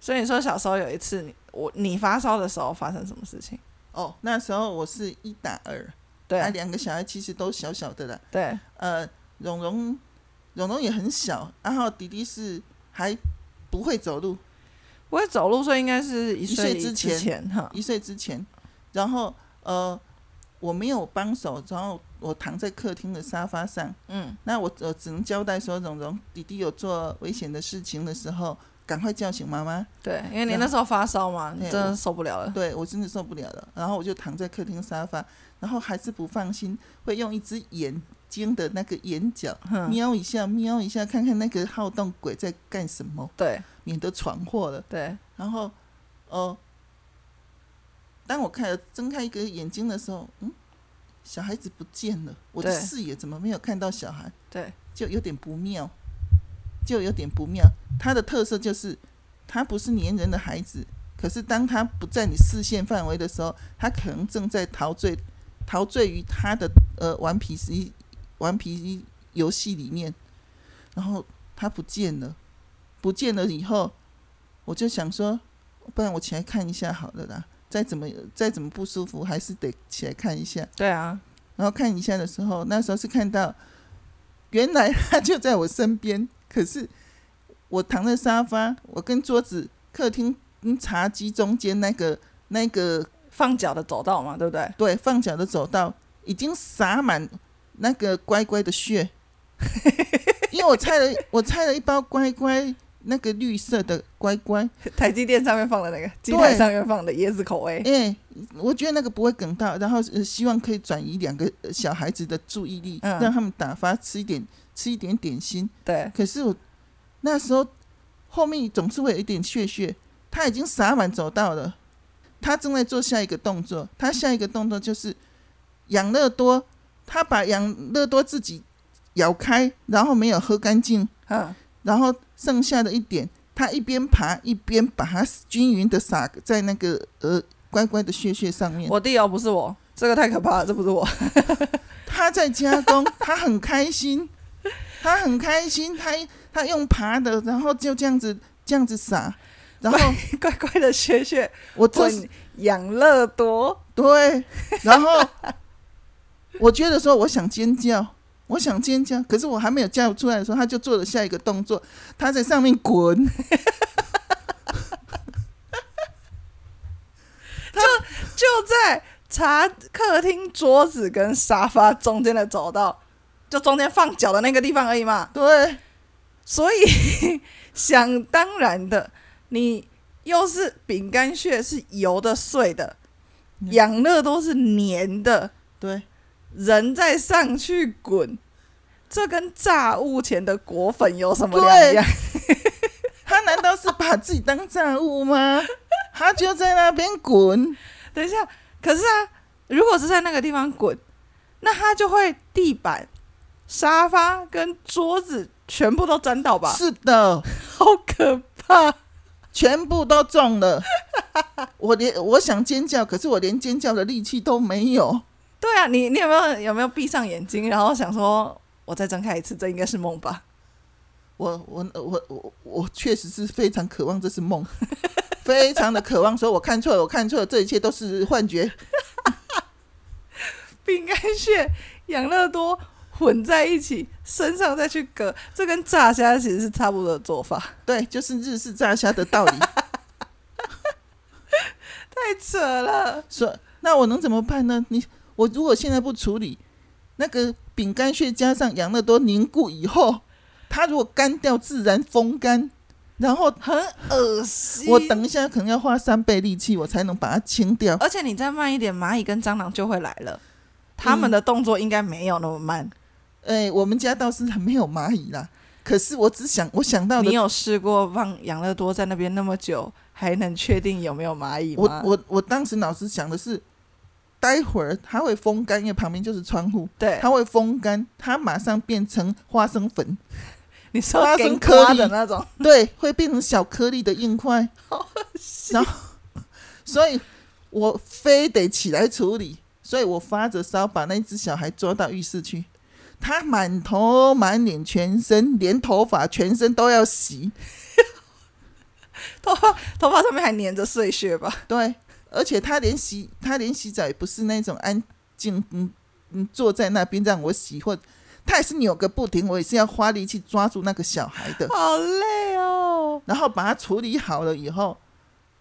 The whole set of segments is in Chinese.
所以你说小时候有一次你我你发烧的时候发生什么事情？哦，那时候我是一打二，对、啊那两个小孩其实都小小的啦。对，呃，蓉蓉，蓉蓉也很小，然后弟弟是还不会走路，不会走路，所以应该是一一岁岁之前哈。一岁之前，然后呃，我没有帮手，然后我躺在客厅的沙发上，嗯，那我我只能交代说，蓉蓉弟弟有做危险的事情的时候，赶快叫醒妈妈。对，因为你然后那时候发烧嘛，你啊对啊真的受不了了。对我真的受不了了，然后我就躺在客厅沙发，然后还是不放心，会用一只眼睛的那个眼角哼瞄一下，瞄一下，看看那个好动鬼在干什么，对免得闯祸了。对，然后，呃，当我看睁开一个眼睛的时候，嗯，小孩子不见了，我的对视野怎么没有看到小孩？对，就有点不妙，就有点不妙。它的特色就是，它不是粘人的孩子，可是当他不在你视线范围的时候，他可能正在陶醉陶醉于他的呃顽皮一顽皮游戏里面，然后他不见了，不见了以后，我就想说，不然我起来看一下好了啦。再怎么再怎么不舒服，还是得起来看一下。对啊，然后看一下的时候，那时候是看到，原来他就在我身边，可是我躺在沙发，我跟桌子、客厅、跟茶几中间那个那个放脚的走道嘛，对不对？ 对放脚的走道，已经洒满那个乖乖的血， 因为我拆了我拆了一包乖乖，那个绿色的乖乖，台积电上面放的那个，机台上面放的椰子口味。哎、我觉得那个不会梗到，然后、呃、希望可以转移两个呃小孩子的注意力，嗯让他们打发吃一点吃一点点心。对可是我那时候后面总是会有一点血血，他已经洒满走道了，他正在做下一个动作，他下一个动作就是养乐多，他把养乐多自己咬开，然后没有喝干净，嗯，然后剩下的一点，他一边爬一边把它均匀的撒在那个呃乖乖的血血上面。我弟哦，不是我，这个太可怕了，这不是我。 他在加工， 他很开心，他很开心，他他用爬的，然后就这样子这样子撒，然后乖乖的学学我这滚养乐多，对，然后我觉得说我想尖叫，我想尖叫，可是我还没有叫出来的时候，他就做了下一个动作，他在上面滚，就在茶客厅桌子跟沙发中间的走道，就中间放脚的那个地方而已嘛。对所以 想当然的，你又是饼干屑是油的碎的，嗯养乐多是粘的，对，人在上去滚，这跟炸物前的果粉有什么对两样？他难道是把自己当炸物吗？ 他就在那边滚，等一下，可是啊，如果是在那个地方滚，那它就会地板、沙发跟桌子全部都沾到 吧？是的。好可怕！全部都中了。我连我想尖叫，可是我连尖叫的力气都没有。对啊，你你有没有有没有闭上眼睛，然后想说，我再睁开一次，这应该是梦吧？ 我我我我我确实是非常渴望这是梦，非常的渴望说我看错了，我看错了，这一切都是幻觉。饼干屑、养乐多混在一起，身上再去割，这跟炸虾其实是差不多的做法。 对，就是日式炸虾的道理。太扯了！说那我能怎么办呢？你我如果现在不处理，那个饼干屑加上养乐多凝固以后，它如果干掉自然风干，然后很恶心。我等一下可能要花三倍力气我才能把它清掉。而且你再慢一点，蚂蚁跟蟑螂就会来了。他们的动作应该没有那么慢。哎、我们家倒是没有蚂蚁啦。可是我只想，我想到你的，有试过放养乐多在那边那么久，还能确定有没有蚂蚁我吗？我我当时脑子想的是，待会儿它会风干，因为旁边就是窗户，对，它会风干，它马上变成花生粉，你说发跟生瓜颗粒的那 种， 对，会变成小颗粒的硬块。然后， 所以我非得起来处理，所以我发着烧把那只小孩抓到浴室去。他满头满脸全身，连头发全身都要洗，头发头发上面还粘着碎屑吧？对，而且他连洗他连洗澡也不是那种安静，嗯嗯，坐在那边让我洗，或他也是扭个不停，我也是要花力气抓住那个小孩的，好累哦，然后把它处理好了以后，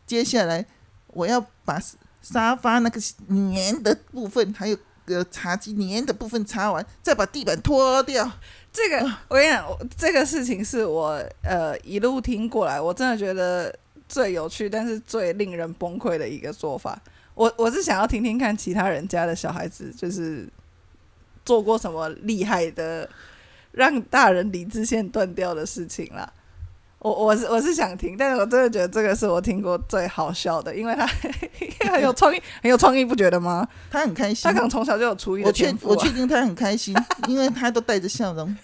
接下来我要把沙沙发那个粘的部分，还有呃茶几粘的部分擦完，再把地板拖掉。这个啊我跟你讲，我这个事情是我呃一路听过来，我真的觉得最有趣，但是最令人崩溃的一个做法。我我是想要听听看其他人家的小孩子，就是做过什么厉害的让大人理智线断掉的事情啦。我我是我是想听，但是我真的觉得这个是我听过最好笑的，因为他 很有创意，很有创意，不觉得吗？他很开心他可，能从小就有厨艺我的确天赋、我啊，确定他很开心，因为他都带着笑容。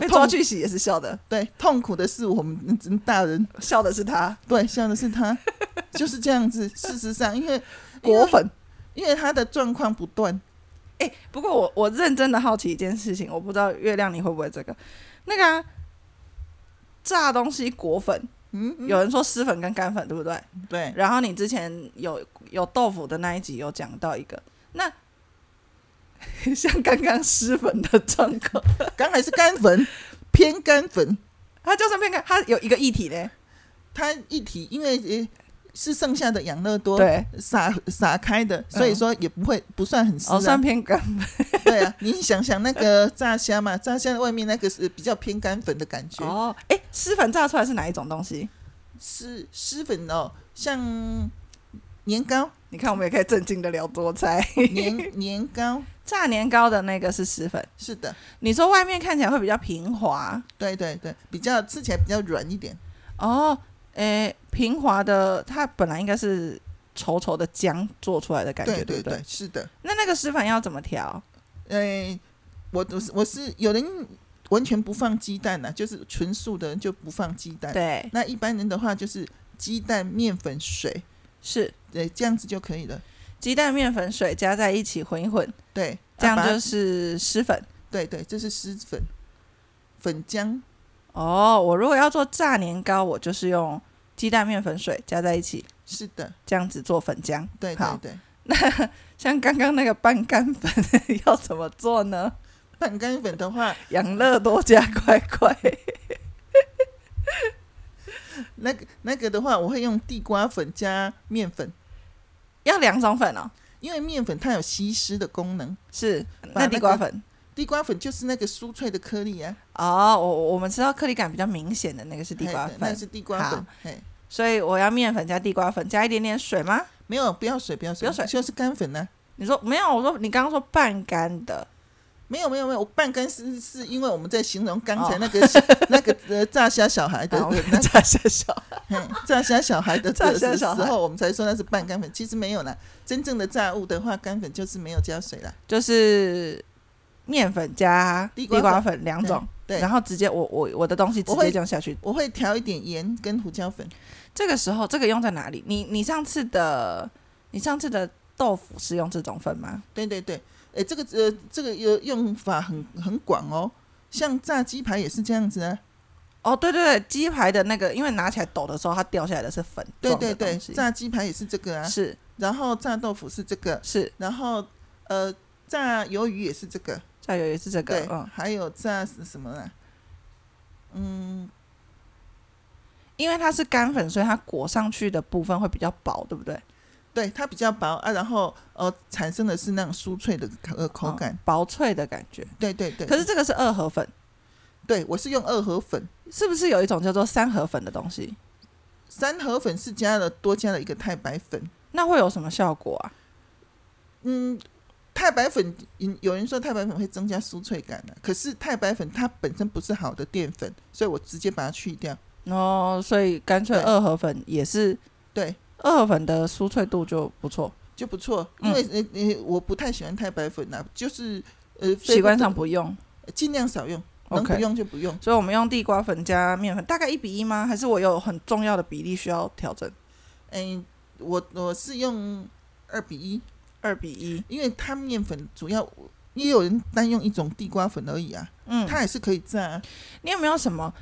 被痛抓去洗也是笑的，对，痛苦的是我们嗯大人，笑的是他对，笑的是他，就是这样子。事实上，因为果粉。因为他的状况不断，哎、不过我我认真的好奇一件事情，我不知道月亮你会不会这个那个、啊、炸东西裹粉，嗯，嗯有人说湿粉跟干粉，对不对？对，然后你之前有有豆腐的那一集有讲到一个，那 像刚刚湿粉的状况，刚还是干粉，偏干粉，它就算变干，它有一个液体嘞，它一体，因为呃是剩下的养乐多对，嗯撒撒开的，所以说也不会不算很湿、啊哦，算偏干， 对啊，你想想那个炸虾嘛，炸虾外面那个是比较偏干粉的感觉，哦，哎、湿粉炸出来是哪一种东西？湿湿粉哦，像年 糕，你看，我们也可以正经的聊多菜。 年年糕，炸年糕的那个是湿粉，是的，你说外面看起来会比较平滑对对对，比较吃起来比较软一点，哦，诶、平滑的它本来应该是稠稠的浆做出来的感觉，对不对，是的，那那个湿粉要怎么调？哎，我我是我是有人完全不放鸡蛋呐、啊就是纯素的人就不放鸡蛋，对，那一般人的话就是鸡蛋、面粉、水，是对，这样子就可以了。鸡蛋、面粉、水加在一起混一混，对，这样啊把就它是湿粉。对对，这是湿粉粉浆，哦，我如果要做炸年糕，我就是用鸡蛋、面粉、水加在一起，是的，这样子做粉浆。 对对好对。那像刚刚那个半干粉 要怎么做呢？半干粉的话，养乐多加乖 乖。那个那个的话，我会用地瓜粉加面粉，要两种粉哦，因为面粉它有吸湿的功能，是那把那地瓜个粉。地瓜粉就是那个酥脆的颗粒啊，哦，我我们吃到颗粒感比较明显的那个是地嘿瓜对那粉，是地瓜粉好，嘿，所以我要面粉加地瓜粉，加一点点水吗？没有不要水，不要水，不要水就是干粉啊呢、你说没有？我说你刚刚说半干的，没有没有没有，我半干是是因为我们在形容刚哦才那个、 那个呃炸虾小孩的、然后 的那炸虾小孩，嗯， 炸虾小孩的炸这虾个时小孩候，我们才说那是半干粉，其实没有啦。真正的炸物的话，干粉就是没有加水啦。就是面粉加地地瓜粉瓜粉两种，对然，后直接我我我的东西直我接会这样下去。我会调一点盐跟胡椒粉。这个时候这个用在哪里？你你上次的你上次的豆腐是用这种粉吗？对对对，诶，这个呃，这个呃用法很很广哦，像炸鸡排也是这样子啊。哦，对对对，鸡排的那个，因为拿起来抖的时候，它掉下来的是粉对状的对对，东西炸鸡排也是这个啊，是然后炸豆腐是这个，是，然后呃炸鱿鱼也是这个，再有也是这个对，，嗯，还有炸是什么呢？嗯，因为它是干粉，所以它裹上去的部分会比较薄，对不对？对，它比较薄啊，然后呃产生的是那种酥脆的呃口感嗯。薄脆的感觉。对对对，可是这个是二合粉，对我是用二合粉，是不是有一种叫做三合粉的东西？三合粉是加了多加了一个太白粉。那会有什么效果啊？嗯，太白粉，嗯有人说太白粉会增加酥脆感的、可是太白粉它本身不是好的淀粉，所以我直接把它去掉。哦，所以干脆对二合粉也是对，二合粉的酥脆度就不错，就不错，嗯因为呃呃，我不太喜欢太白粉呐、啊就是呃习惯上不用。尽量少用，能不 OK，用就不用。所以我们用地瓜粉加面粉，大概一比一吗？还是我有很重要的比例需要调整？嗯，我我是用二比一，二比一，因为它面粉主要也有人单用一种地瓜粉而已啊，嗯，它也是可以炸、啊。你有没有什么，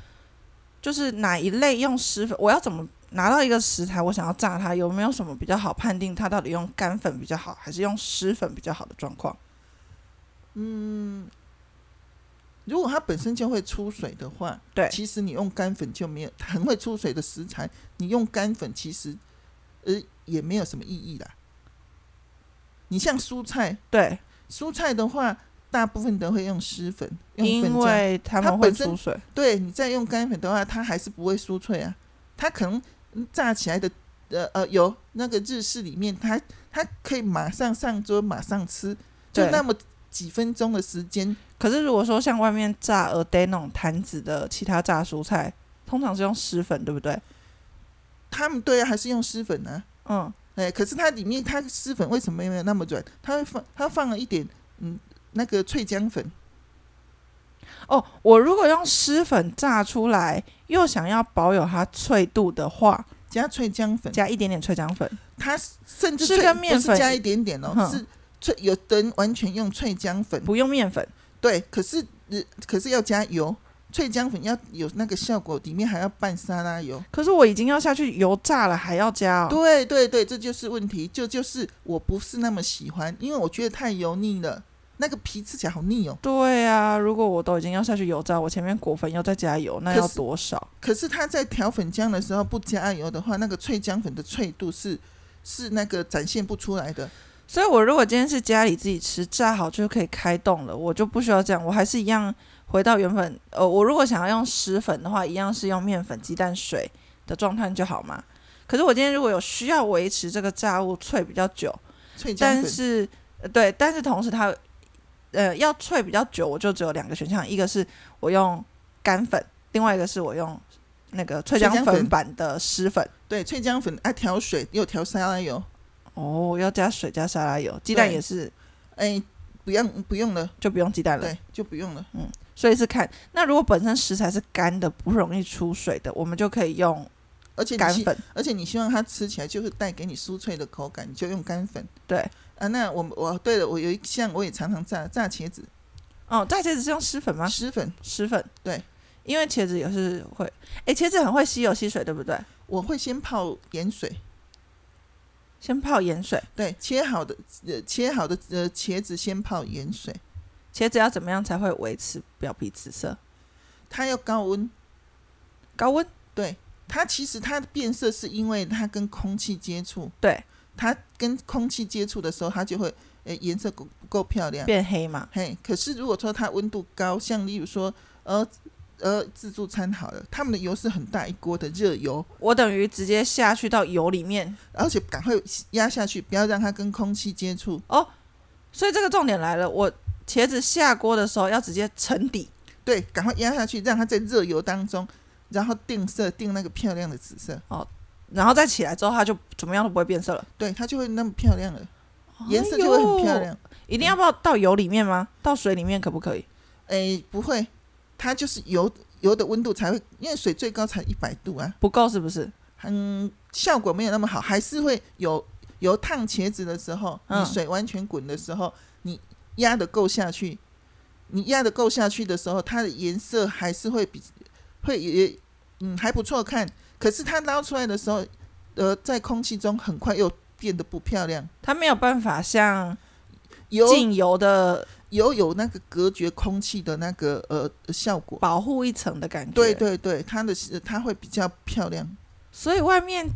就是哪一类用湿粉？我要怎么拿到一个食材，我想要炸它，有没有什么比较好判定它到底用干粉比较好，还是用湿粉比较好的状况？如果它本身就会出水的话，对其实你用干粉就没有很会出水的食材，你用干粉其实呃也没有什么意义啦。你像蔬菜，对，蔬菜的话，大部分都会用湿粉，用因粉浆。为它它们会本身出水。对你再用干粉的话，它还是不会酥脆啊，它可能嗯炸起来的，呃呃，有那个日式里面，它它可以马上上桌，马上吃，就对那么几分钟的时间。可是如果说像外面炸 a day 那种坛子的其他炸蔬菜，通常是用湿粉，对不对？他们对啊，还是用湿粉啊，嗯，哎，可是它里面它湿粉为什么没有那么软？它会放它放了一点嗯那个脆浆粉，哦，我如果用湿粉炸出来，又想要保有它脆度的话，加脆浆粉，加一点点脆浆粉。它甚至是脆跟不面是粉嗯加一点点哦哼，是脆有的人完全用脆浆粉。不用面粉，对，可是呃，可是要加油，脆浆粉要有那个效果，里面还要拌沙拉油。可是我已经要下去油炸了，还要加、哦。对对对，这就是问题，就就是我不是那么喜欢，因为我觉得太油腻了，那个皮吃起来好腻哦。对啊，如果我都已经要下去油炸，我前面裹粉又再加油，那可要是多少？可是它在调粉浆的时候不加油的话，那个脆浆粉的脆度是是那个展现不出来的。所以我如果今天是家里自己吃，炸好就可以开动了，我就不需要这样，我还是一样回到原本。呃，我如果想要用湿粉的话，一样是用面粉、鸡蛋、水的状态就好嘛。可是我今天如果有需要维持这个炸物脆比较久，脆浆但粉是呃对，但是同时它呃要脆比较久，我就只有两个选项，一个是我用干粉，另外一个是我用那个脆脆浆浆粉粉版的湿粉。对脆浆粉爱调水又调沙拉油，哦，要加水加沙拉油，鸡蛋对也是哎，不用不用了，就不用鸡蛋了，对，就不用了。所以是看那如果本身食材是干的，不容易出水的，我们就可以用而且干你希粉。而且你希望它吃起来就是带给你酥脆的口感，你就用干粉。对啊，那我们我对了，我有一项我也常常炸炸茄子，哦，炸茄子是用湿粉吗？湿粉，湿粉对，因为茄子也是会，诶，茄子很会吸油吸水，对不对？我会先泡盐水，先泡盐水，对，切好的呃切好的呃茄子先泡盐水，茄子要怎么样才会维持表皮紫色？它要高温，高温，对，它其实它的变色是因为它跟空气接触，对，它跟空气接触的时候，它就会呃颜色不不够漂亮，变黑嘛。嘿，可是如果说它温度高，像例如说呃呃自助餐好了，他们的油是很大一锅的热油，我等于直接下去到油里面，而且赶快压下去，不要让它跟空气接触。所以这个重点来了，我茄子下锅的时候要直接沉底，对，赶快压下去，让它在热油当中，然后定色，定那个漂亮的紫色。然后再起来之后，它就怎么样都不会变色了，对，它就会那么漂亮了，颜色就会哎呦很漂。亮。一定要不要到油里面吗？到水里面可不可以？诶，哎不会，它就是油油的温度才会，因为水最高才一百度啊，不够是不是？嗯，效果没有那么好，还是会有有烫茄子的时候，嗯你水完全滚的时候，你压的够下去，你压的够下去的时候，它的颜色还是会比会也嗯还不错看，可是它捞出来的时候，呃，在空气中很快又变得不漂亮，它没有办法像油进油的油有那个隔绝空气的那个呃效果，保护一层的感觉。对。对对，它的它会比较漂亮，所以外面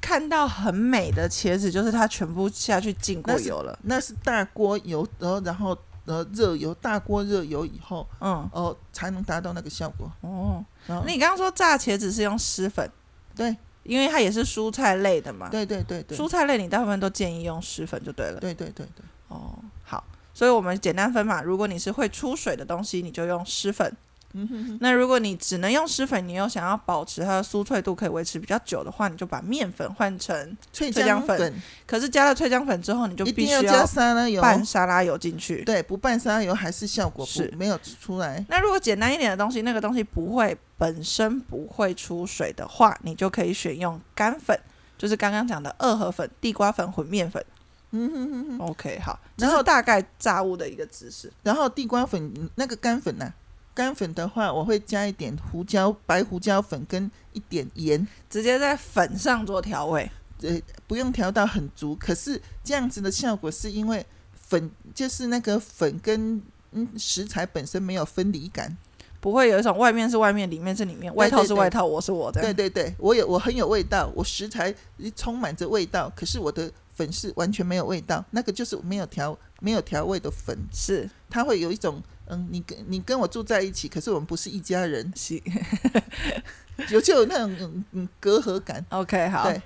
看到很美的茄子，就是它全部下去浸过那是油了。那是大锅油，然后然后呃热油，大锅热油以后。嗯，哦，才能达到那个效果。哦，然后那你刚刚说炸茄子是用湿粉，对因为它也是蔬菜类的嘛。对对对对，蔬菜类你大部分都建议用湿粉就对了。对对对对，哦，好，所以我们简单分嘛。如果你是会出水的东西，你就用湿粉。嗯哼哼，那如果你只能用湿粉，你又想要保持它的酥脆度可以维持比较久的话，你就把面粉换成。脆脆浆浆粉可是加了脆浆粉之后，你就一必定须要加沙拉油，拌沙拉油进去。对，不拌沙拉油还是效果是不没有出来。那如果简单一点的东西，那个东西不会本身不会出水的话，你就可以选用干粉，就是刚刚讲的二合粉、地瓜粉、混面粉。嗯哼哼哼， OK，好，这然后是大概炸物的一个知识。然后地瓜粉那个干粉呐、干粉的话，我会加一点胡椒、白胡椒粉跟一点盐，直接在粉上做调味。呃，不用调到很足。可是这样子的效果是因为粉就是那个粉跟嗯食材本身没有分离感。不会有一种外面是外面，里面是里面，外套是外套，我是我这对样。对对，我有我很有味道，我食材充满着味道，可是我的粉是完全没有味道，那个就是没有调没有调味的粉，是它会有一种嗯，你跟你跟我住在一起，可是我们不是一家人，是 有就有那种嗯嗯隔阂感。 OK 好。对，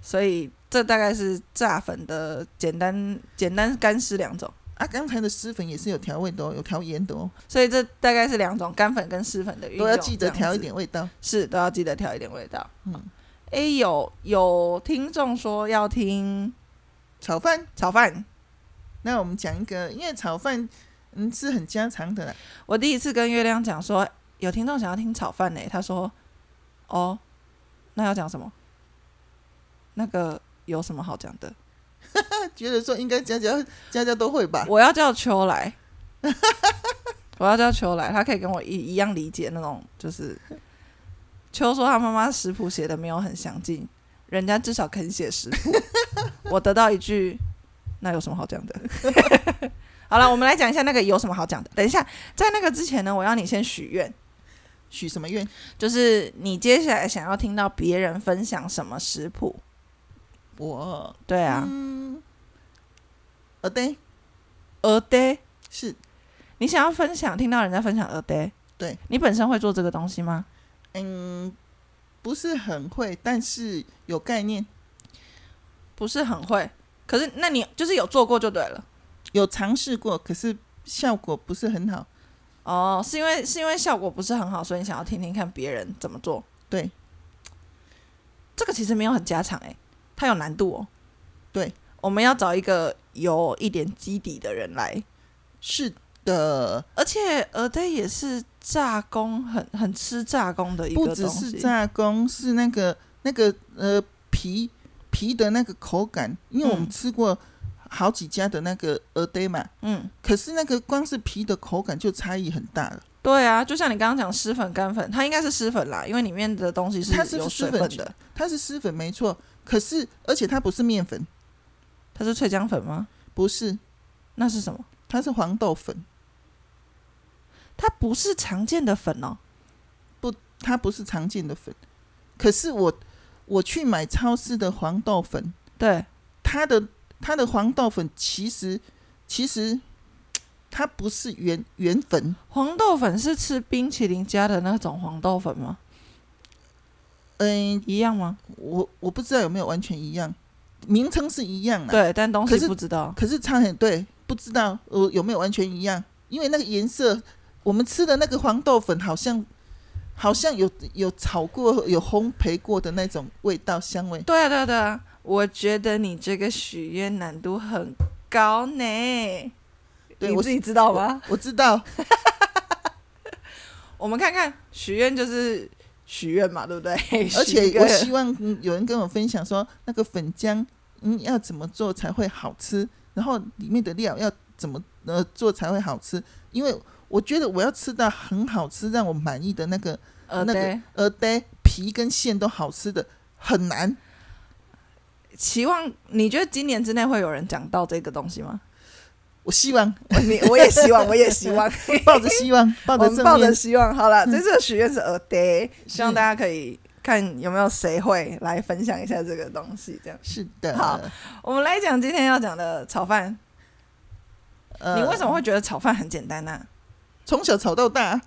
所以这大概是炸粉的简单简单干湿两种，啊，刚才的湿粉也是有调味的哦，有调盐的哦，所以这大概是两种干粉跟湿粉的运用，都要记得这样子调一，点味道。是都要记得调一点味道。嗯，诶，有有听众说要听炒饭，炒饭，那我们讲一个，因为炒饭嗯是很家常的啦，我第一次跟月亮讲说有听众想要听炒饭呢、他说哦，那要讲什么？那个有什么好讲的？那觉得说应该家家家家都会吧。我要叫秋来， 我要叫秋来，他可以跟我一一样理解那种，就是 秋说他妈妈食谱写的没有很详尽，人家至少肯写食谱。 我得到一句，那有什么好讲的？ 好了，我们来讲一下那个有什么好讲的。等一下，在那个之前呢，我要你先许愿，许什么愿？就是你接下来想要听到别人分享什么食谱。我对啊，嗯，呃，对，鹅呆、是，呃你想要分享，听到人家分享鹅呆，对你本身会做这个东西吗？嗯，不是很会，但是有概念，不是很会，可是那你就是有做过就对了。有尝试过，可是效果不是很好。哦，是因为是因为效果不是很好，所以你想要听听看别人怎么做。对，这个其实没有很家常诶、它有难度哦。对，我们要找一个有一点基底的人来，是的，而且鹅蛋也是炸工很很吃炸工的一个不东西。只是炸工，是那个那个呃皮皮的那个口感，因为我们嗯吃过好几家的那个鹅堆嘛，嗯，可是那个光是皮的口感就差异很大了。对啊，就像你刚刚讲湿粉干粉，它应该是湿粉啦，因为里面的东西它是有水湿粉分去的。它是湿粉没错，可是而且它不是面粉，它是脆浆粉吗？不是，那是什么？它是黄豆粉。它不是常见的粉哦。它不是常见的粉，可是我我去买超市的黄豆粉，对，它的它的黄豆粉其实其实它不是原原粉，黄豆粉是吃冰淇淋加的那种黄豆粉吗？嗯、一样吗？我我不知道有没有完全一样，名称是一样的，对，但东可西是不知道。可是差很对，不知道我有没有完全一样，因为那个颜色，我们吃的那个黄豆粉好像。好像有有炒过、有烘焙过的那种味道香味，对啊，对啊，对啊，我觉得你这个许愿难度很高呢。对你我自己知道我吗？我知 道，我们看看，许愿就是许愿嘛，对 不对？而许一且个我希望嗯有人跟我分享说，那个粉浆嗯要怎么做才会好吃，然后里面的料要怎么呃做才会好吃，因为我觉得我要吃到很好吃让我满意的那个呃，那个对，呃对皮跟馅都好吃的很难，期望你觉得今年之内会有人讲到这个东西吗？我希望你我也希望，我也希 望，抱着希望，抱我着们正抱着面，希望，好了，嗯这次的许愿是耳呆，希望是大家可以看有没有谁会来分享一下这个东西。这样，是的。好我们来讲今天要讲的炒饭。呃你为什么会觉得炒饭很简单啊呢、从小炒到大，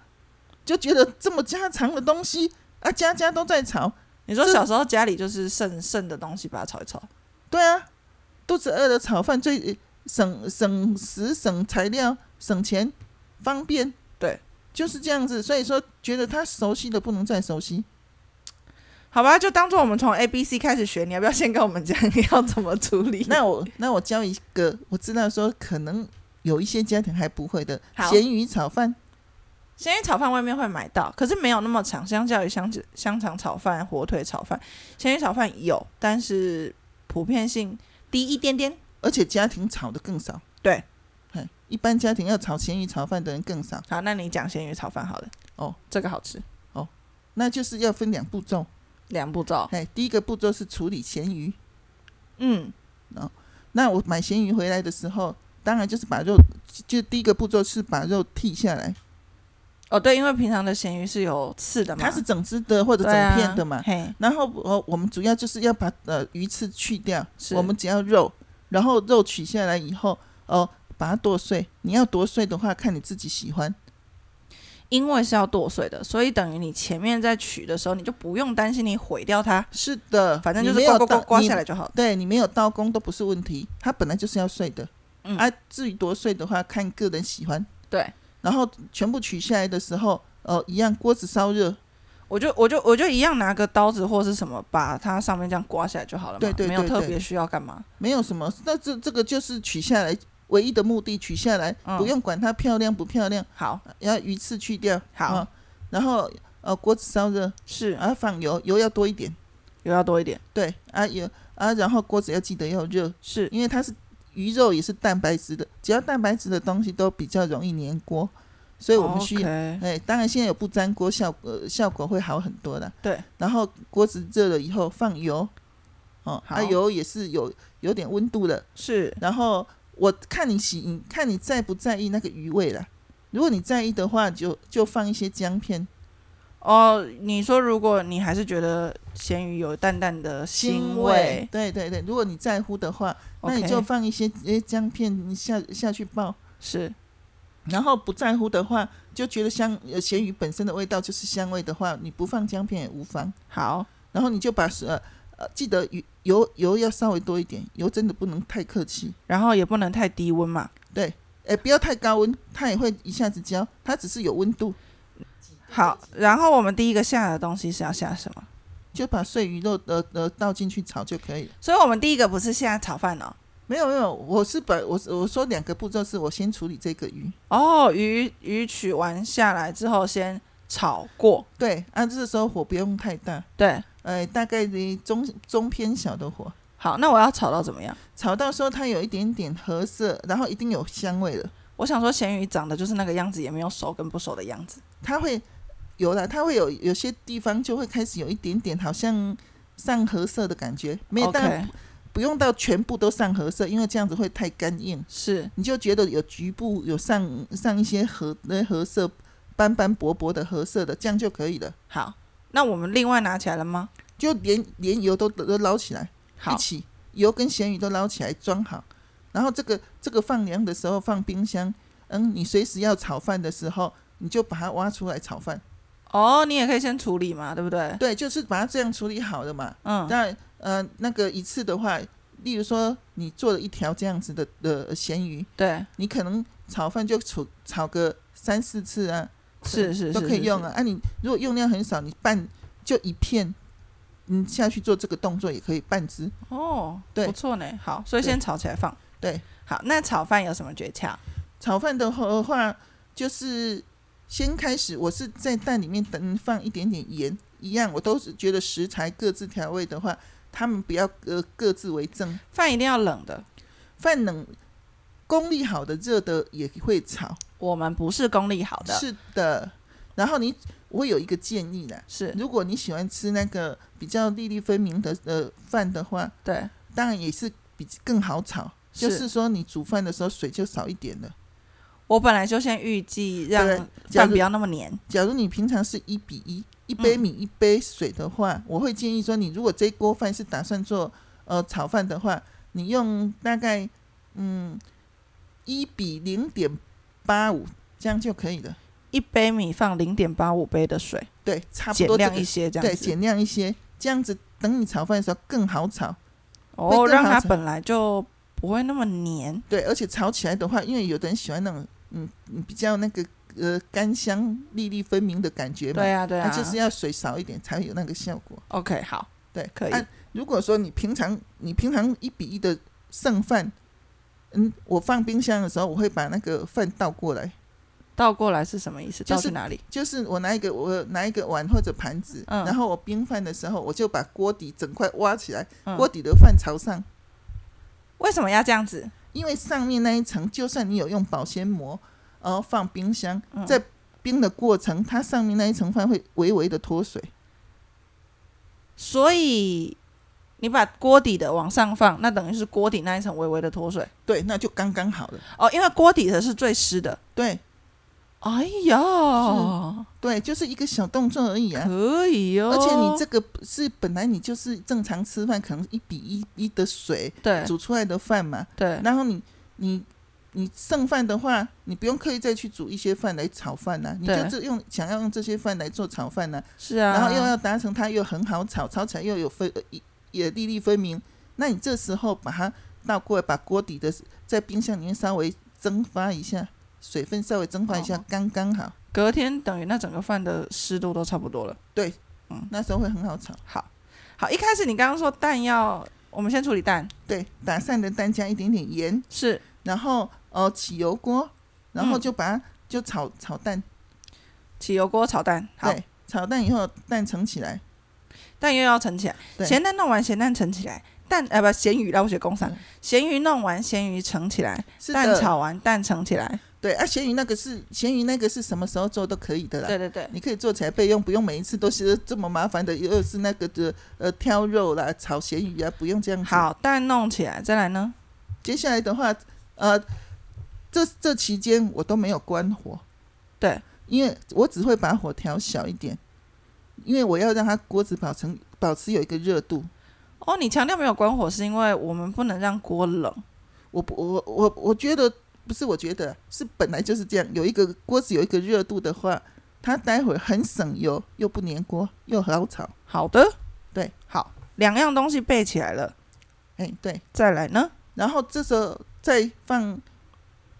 就觉得这么家常的东西啊，家家都在炒，你说这小时候家里就是剩剩的东西把它炒一炒，对啊，肚子饿了炒饭最省省时、省材料、省钱、方便。对，就是这样子。所以说，觉得他熟悉的不能再 熟悉。好吧，就当做我们从 A B C 开始学。你要不要先跟我们讲你要怎么处 理？那我那我教一个，我知道说可能有一些家庭还不会的好咸鱼炒饭。咸鱼炒饭外面会买到，可是没有那么长，相较于香香肠炒饭、火腿炒饭，咸鱼炒饭有，但是普遍性低一点点。而且家庭炒的更少。对嘿，一般家庭要炒咸鱼炒饭的人更少，好，那你讲咸鱼炒饭好了。哦，这个好吃，那就是要分两步骤。哦两步骤。哎，第一个步骤是处理咸鱼。嗯，那我买咸鱼回来的时候，当然就是把肉，就就第一个步骤是把肉剔下来，哦对，因为平常的咸鱼是有刺的嘛，它是整只的或者整对啊片的嘛。嘿，然后我我们主要就是要把呃鱼刺去掉，是我们只要肉，然后肉取下来以后，哦，把它剁碎。你要剁碎的话，看你自己喜欢。因为是要剁碎的，所以等于你前面在取的时候，你就不用担心你毁掉它，是的，反正你就是没刮有刮刮刀刮你下来就好了。对你没有刀工都不是问题，它本来就是要碎的。嗯啊，至于多碎的话，看个人喜欢。对，然后全部取下来的时候，呃，一样锅子烧热，我就我就我就一样拿个刀子或是什么，把它上面这样刮下来就好了嘛，对对没有对特对别需要干嘛。没有什么。那这这个就是取下来唯一的目的，取下来、嗯不用管它漂亮不漂亮，好，要鱼刺去掉。好啊然后呃锅子烧热，是啊放油，油要多一点。油要多一点，对啊油啊，然后锅子要记得要热，是因为它是鱼肉也是蛋白质的，只要蛋白质的东西都比较容易粘锅，所以我们需要哦 OK 哎，当然现在有不粘锅效果、呃效果会好很多的。对，然后锅子热了以后放油，哦，好啊油也是有有点温度的。是然后我看你喜，你看你在不在意那个鱼味啦。如果你在意的话，就就放一些姜片，哦。你说如果你还是觉得咸鱼有淡淡的腥味，对对对，如果你在乎的话，那你 OK 就放一些诶姜片你下下去爆。是然后不在乎的话，就觉得香呃咸鱼本身的味道就是香味的话，你不放姜片也无妨。好然后你就把呃呃，记得油油油要稍微多一点，油真的不能太客气，然后也不能太低温嘛。哎，不要太高温，它也会一下子焦，它只是有温度，好，然后我们第一个下的东西是要下什么？就把碎鱼肉呃呃倒进去炒就可以了。所以我们第一个不是下炒饭哦，没有没有，我是把我我说两个步骤是我先处理这个鱼，哦，鱼鱼取完下来之后先炒过，对，啊，这时候火不用太大，对，呃，大概的中中偏小的火，好，那我要炒到怎么样？炒到时候它有一点点褐色，然后一定有香味了，我想说咸鱼长得就是那个样子，也没有熟跟不熟的样子。它会有了，它会有有些地方就会开始有一点点好像上褐色的感觉，没有，当然 OK，不用到全部都上褐色，因为这样子会太干硬，是你就觉得有局部有上上一些褐那褐色斑斑驳驳的褐色的，这样就可以了。好。那我们另外拿起来了吗？就连连油都都捞起来，一好，起油跟咸鱼都捞起来装好，然后这个这个放凉的时候放冰箱，嗯，你随时要炒饭的时候，你就把它挖出来炒饭。哦，你也可以先处理嘛，对不对？对，就是把它这样处理好了嘛。嗯，那呃，那个一次的话，例如说你做了一条这样子的的咸鱼，对，你可能炒饭就炒炒个三四次啊，是是是，都可以是用。是啊。啊，你如果用量很少，你拌就一片，你下去做这个动作也可以拌汁。哦，对不错呢。好，所以对先炒起来放。对，好，那炒饭有什么诀窍？炒饭的话，就是先开始，我是在蛋里面等放一点点盐，一样，我都是觉得食材各自调味的话，他们不要呃各自为政。饭一定要冷的，饭冷，功力好的热的也会炒。我们不是功力好的，是的，然后你我有一个建议啦，是如果你喜欢吃那个比较粒粒分明的呃饭的话，对，当然也是比更好炒。就是说，你煮饭的时候水就少一点了。我本来就先预计让对假饭如不要那么黏，假如你平常是一比一，嗯一杯米一杯水的话，我会建议说，你如果这锅饭是打算做呃炒饭的话，你用大概嗯一比零点八五这样就可以了。一杯米放零点八五杯的水，对，差不减多这量个一些这对，样子，减量一些，这样子等你炒饭的时候更好炒。会哦，更让好它吃本来就不会那么黏，对，而且炒起来的话，因为有的人喜欢那种嗯嗯比较那个呃干香粒粒分明的感觉嘛，对啊对那啊，就是要水少一点才会有那个效果。 OK 好，对，可以啊如果说你平常你平常一比一的剩饭，嗯，我放冰箱的时候，我会把那个饭倒过来，倒过来是什么意思？就倒是去哪里？就是我拿一个我拿一个碗或者盘子，嗯然后我冰饭的时候，我就把锅底整块挖起来，嗯锅底的饭朝上。为什么要这样子？因为上面那一层，就算你有用保鲜膜，然后放冰箱，嗯在冰的过程，它上面那一层饭会微微的脱水。所以你把锅底的往上放，那等于是锅底那一层微微的脱水对，那就刚刚好了。哦，因为锅底的是最湿的。对哎呀，对，就是一个小动作而已啊。可以哦，而且你这个是本来你就是正常吃饭，可能一比一一的水对煮出来的饭嘛，对然后你你你剩饭的话，你不用刻意再去煮一些饭来炒饭呐、啊你对就是用想要用这些饭来做炒饭呐、是啊，然后又要达成它又很好炒，炒起来又有分呃一也粒粒分明。那你这时候把它倒过来，把锅底的在冰箱里面稍微蒸发一下，水分稍微蒸发一下，哦刚刚好。隔天等于那整个饭的湿度都差不多了。那时候会很好炒。好，好，一开始你刚刚说蛋要，我们先处理蛋，对，打散的蛋加一点点盐，是然后呃起油锅，然后嗯就把它就炒炒蛋。起油锅炒蛋，好，对，炒蛋以后蛋盛起来。蛋又要盛起来，对咸蛋弄完咸蛋盛起来，蛋呃不咸鱼啦，我写工商嗯，咸鱼弄完咸鱼盛起来，是蛋的，炒完蛋盛起来，对啊，咸鱼那个是咸鱼那个是什么时候做都可以的啦。对对对，你可以做起来备用，不用每一次都是这么麻烦的，又是那个的呃挑肉啦、炒咸鱼啊，不用这样子。，好，蛋弄起来，再来呢，接下来的话，呃，这这期间我都没有关火，对，因为我只会把火调小一点，因为我要让它锅子保持保持有一个热度。哦，你强调没有关火是因为我们不能让锅冷，我不，我我我觉得不是，我觉得是本来就是这样，有一个锅子有一个热度的话，它待会儿很省油，又不粘锅，又好炒。好的，对，好，两样东西备起来了，哎，对。再来呢，然后这时候再放，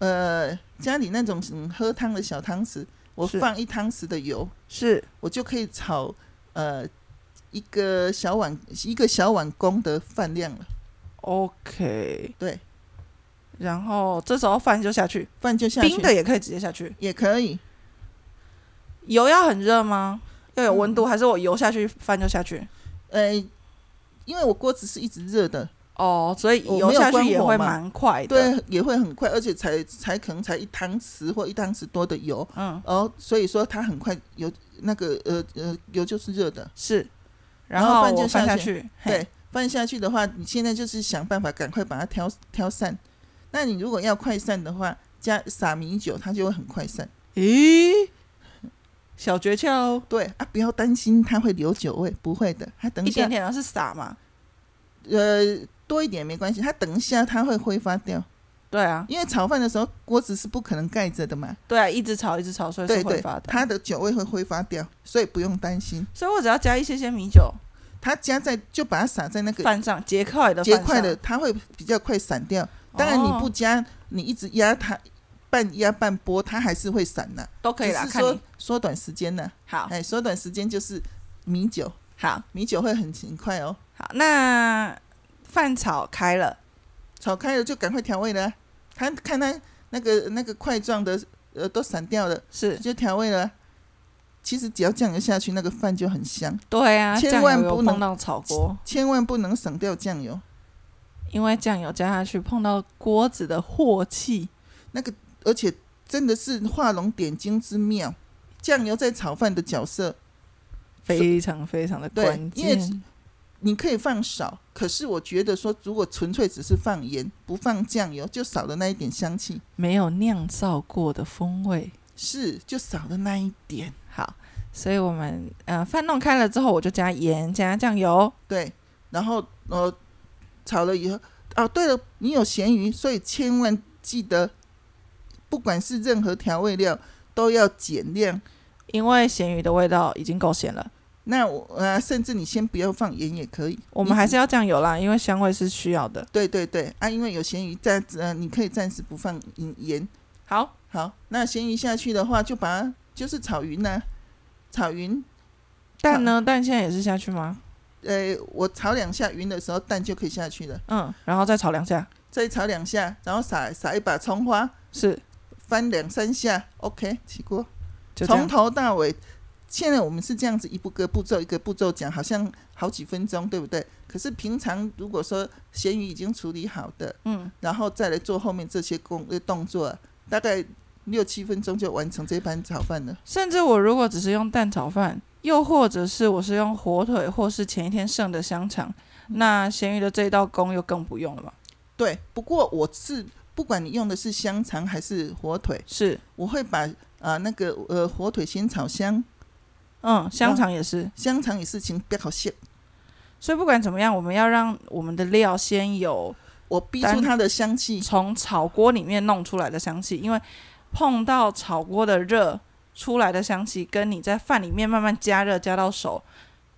呃，家里那种嗯喝汤的小汤匙，我是放一汤匙的油，是我就可以炒呃一个小碗一个小碗公的饭量了。 OK，对，然后这时候饭就下去，饭就下去，冰的也可以直接下去。也可以，油要很热吗？嗯要有温度，还是我油下去饭就下去？呃，因为我锅子是一直热的，哦，所以我油没有下去关也火会嘛蛮快的。，对，也会很快，而且才才可能才一汤匙或一汤匙多的油，嗯，哦，所以说它很快油那个呃呃油就是热的，是。然然后后饭就我翻下下去去，嘿，对，放下去的话，你现在就是想办法赶快把它挑挑散。那你如果要快散的话，加撒米酒，它就会很快散。咦，小诀窍哦，对啊，不要担心它会留酒味，不会的，它等一下点点啊，是撒嘛？呃多一点没关系，它等一下它会挥发掉，对啊，因为炒饭的时候锅子是不可能盖着的嘛，对啊，一直炒，一直炒，所以对是会对发，的。它的酒味会挥发掉，所以不用担心。所以我只要加一些些米酒，它加在就把它撒在那个饭上结块的，结块的，，它会比较快散掉。当然你不哦加，你一直压它，半压半剥，它还是会散的。都可以啦。只是看说你缩短时间呢、好，哎，缩短时间就是米酒，好，米酒会很勤快哦。好，那饭炒开了，炒开了就赶快调味了啊，它看它那个那个块状的呃都散掉了，是就调味了啊。其实只要酱油下去，那个饭就很香，对啊，千酱万油有不碰能到炒锅。千万不能省掉酱油。因为酱油加下去碰到锅子的镬气，那个而且真的是画龙点睛之妙，酱油在炒饭的角色，非常非常的关对因为键。你可以放少，可是我觉得说，如果纯粹只是放盐不放酱油，就少了那一点香气，没有酿造过的风味。是就少了那一点。好，所以我们呃饭弄开了之后，我就加盐加酱油。对，然后呃，炒了以后，哦，对了，你有咸鱼，所以千万记得，不管是任何调味料都要减量。因为咸鱼的味道已经够咸了，那我呃，甚至你先不要放盐也可以。我你们只还是要酱油啦，因为香味是需要的。对对对啊，因为有咸鱼暂呃，你可以暂时不放盐盐。好，好，那咸鱼下去的话，就把它就是炒匀呢、炒匀。蛋呢？蛋现在也是下去吗？呃，我炒两下匀的时候，蛋就可以下去了。嗯，然后再炒两下。再炒两下，然后撒撒一把葱花，是，翻两三下，OK，起锅。就这从样。头到尾，现在我们是这样子一步个步骤一个步骤讲，好像好几分钟，对不对？可是平常如果说咸鱼已经处理好的，嗯，然后再来做后面这些工呃动作，大概六七分钟就完成这盘炒饭了。甚至我如果只是用蛋炒饭，又或者是我是用火腿，或是前一天剩的香肠，那咸鱼的这道工又更不用了嘛？对，不过我是不管你用的是香肠还是火腿，是，我会把啊、呃那个呃火腿先炒香，嗯，香肠也是。香肠也是请不要烤蟹，所以不管怎么样，我们要让我们的料先有我逼出它的香气。从炒锅里面弄出来的香气，因为碰到炒锅的热出来的香气，跟你在饭里面慢慢加热加到熟，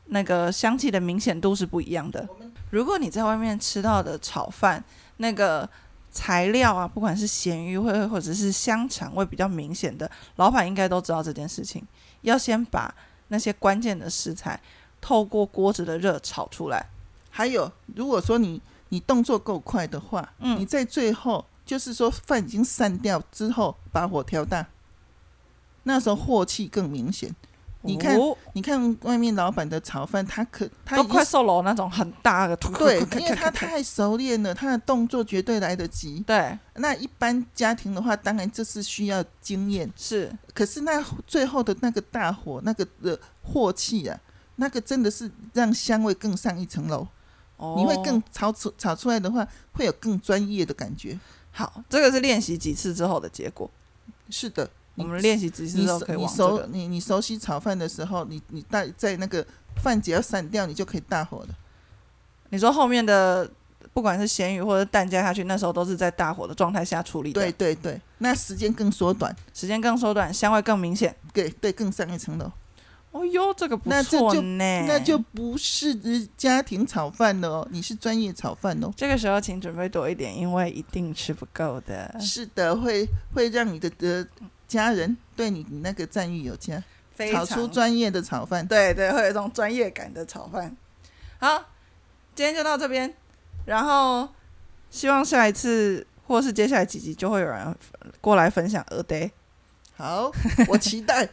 那个香气的明显度是不一样的。嗯如果你在外面吃到的炒饭，那个材料啊，不管是咸鱼或或者是香肠味比较明显的，老板应该都知道这件事情，要先把那些关键的食材透过锅子的热炒出来。还有，如果说你你动作够快的话，嗯你在最后就是说饭已经散掉之后，把火调大，那时候火气更明显。你看哦你看外面老板的炒饭，他可他都已经快售楼那种很大 的，对，因为他太熟练了，他的动作绝对来得及。对那一般家庭的话，当然这是需要经验，是可是那最后的那个大火，那个的火气啊，那个真的是让香味更上一层楼。哦，你会更炒出炒出来的话，会有更专业的感觉。好。这个是练习几次之后的结果。是的，我你们练习几次你之后熟可以你往这熟个。你你熟悉炒饭的时候，你你大在那个饭只要散掉，你就可以大火了。你说后面的不管是咸鱼或者蛋加下去，那时候都是在大火的状态下处理的，对，对对，那时间更缩短，时间更缩短，香味更明显。对对，更上一层楼。哦哟，这个不那这错就呢。那就不是呃家庭炒饭了哦，你是专业炒饭哦。这个时候请准备多一点，因为一定吃不够的。是的，会会让你的的家人对你那个赞誉有加，非炒常出专业的炒饭。对对，会有一种专业感的炒饭。好，今天就到这边，然后希望下一次或是接下来几集就会有人过来分享鹅呆，好，我期待，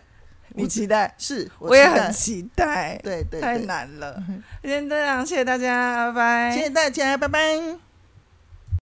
你期待？是， 我期也待很期待，对对太对，难了。今天这样，谢谢大家，拜拜。谢谢大家，拜拜。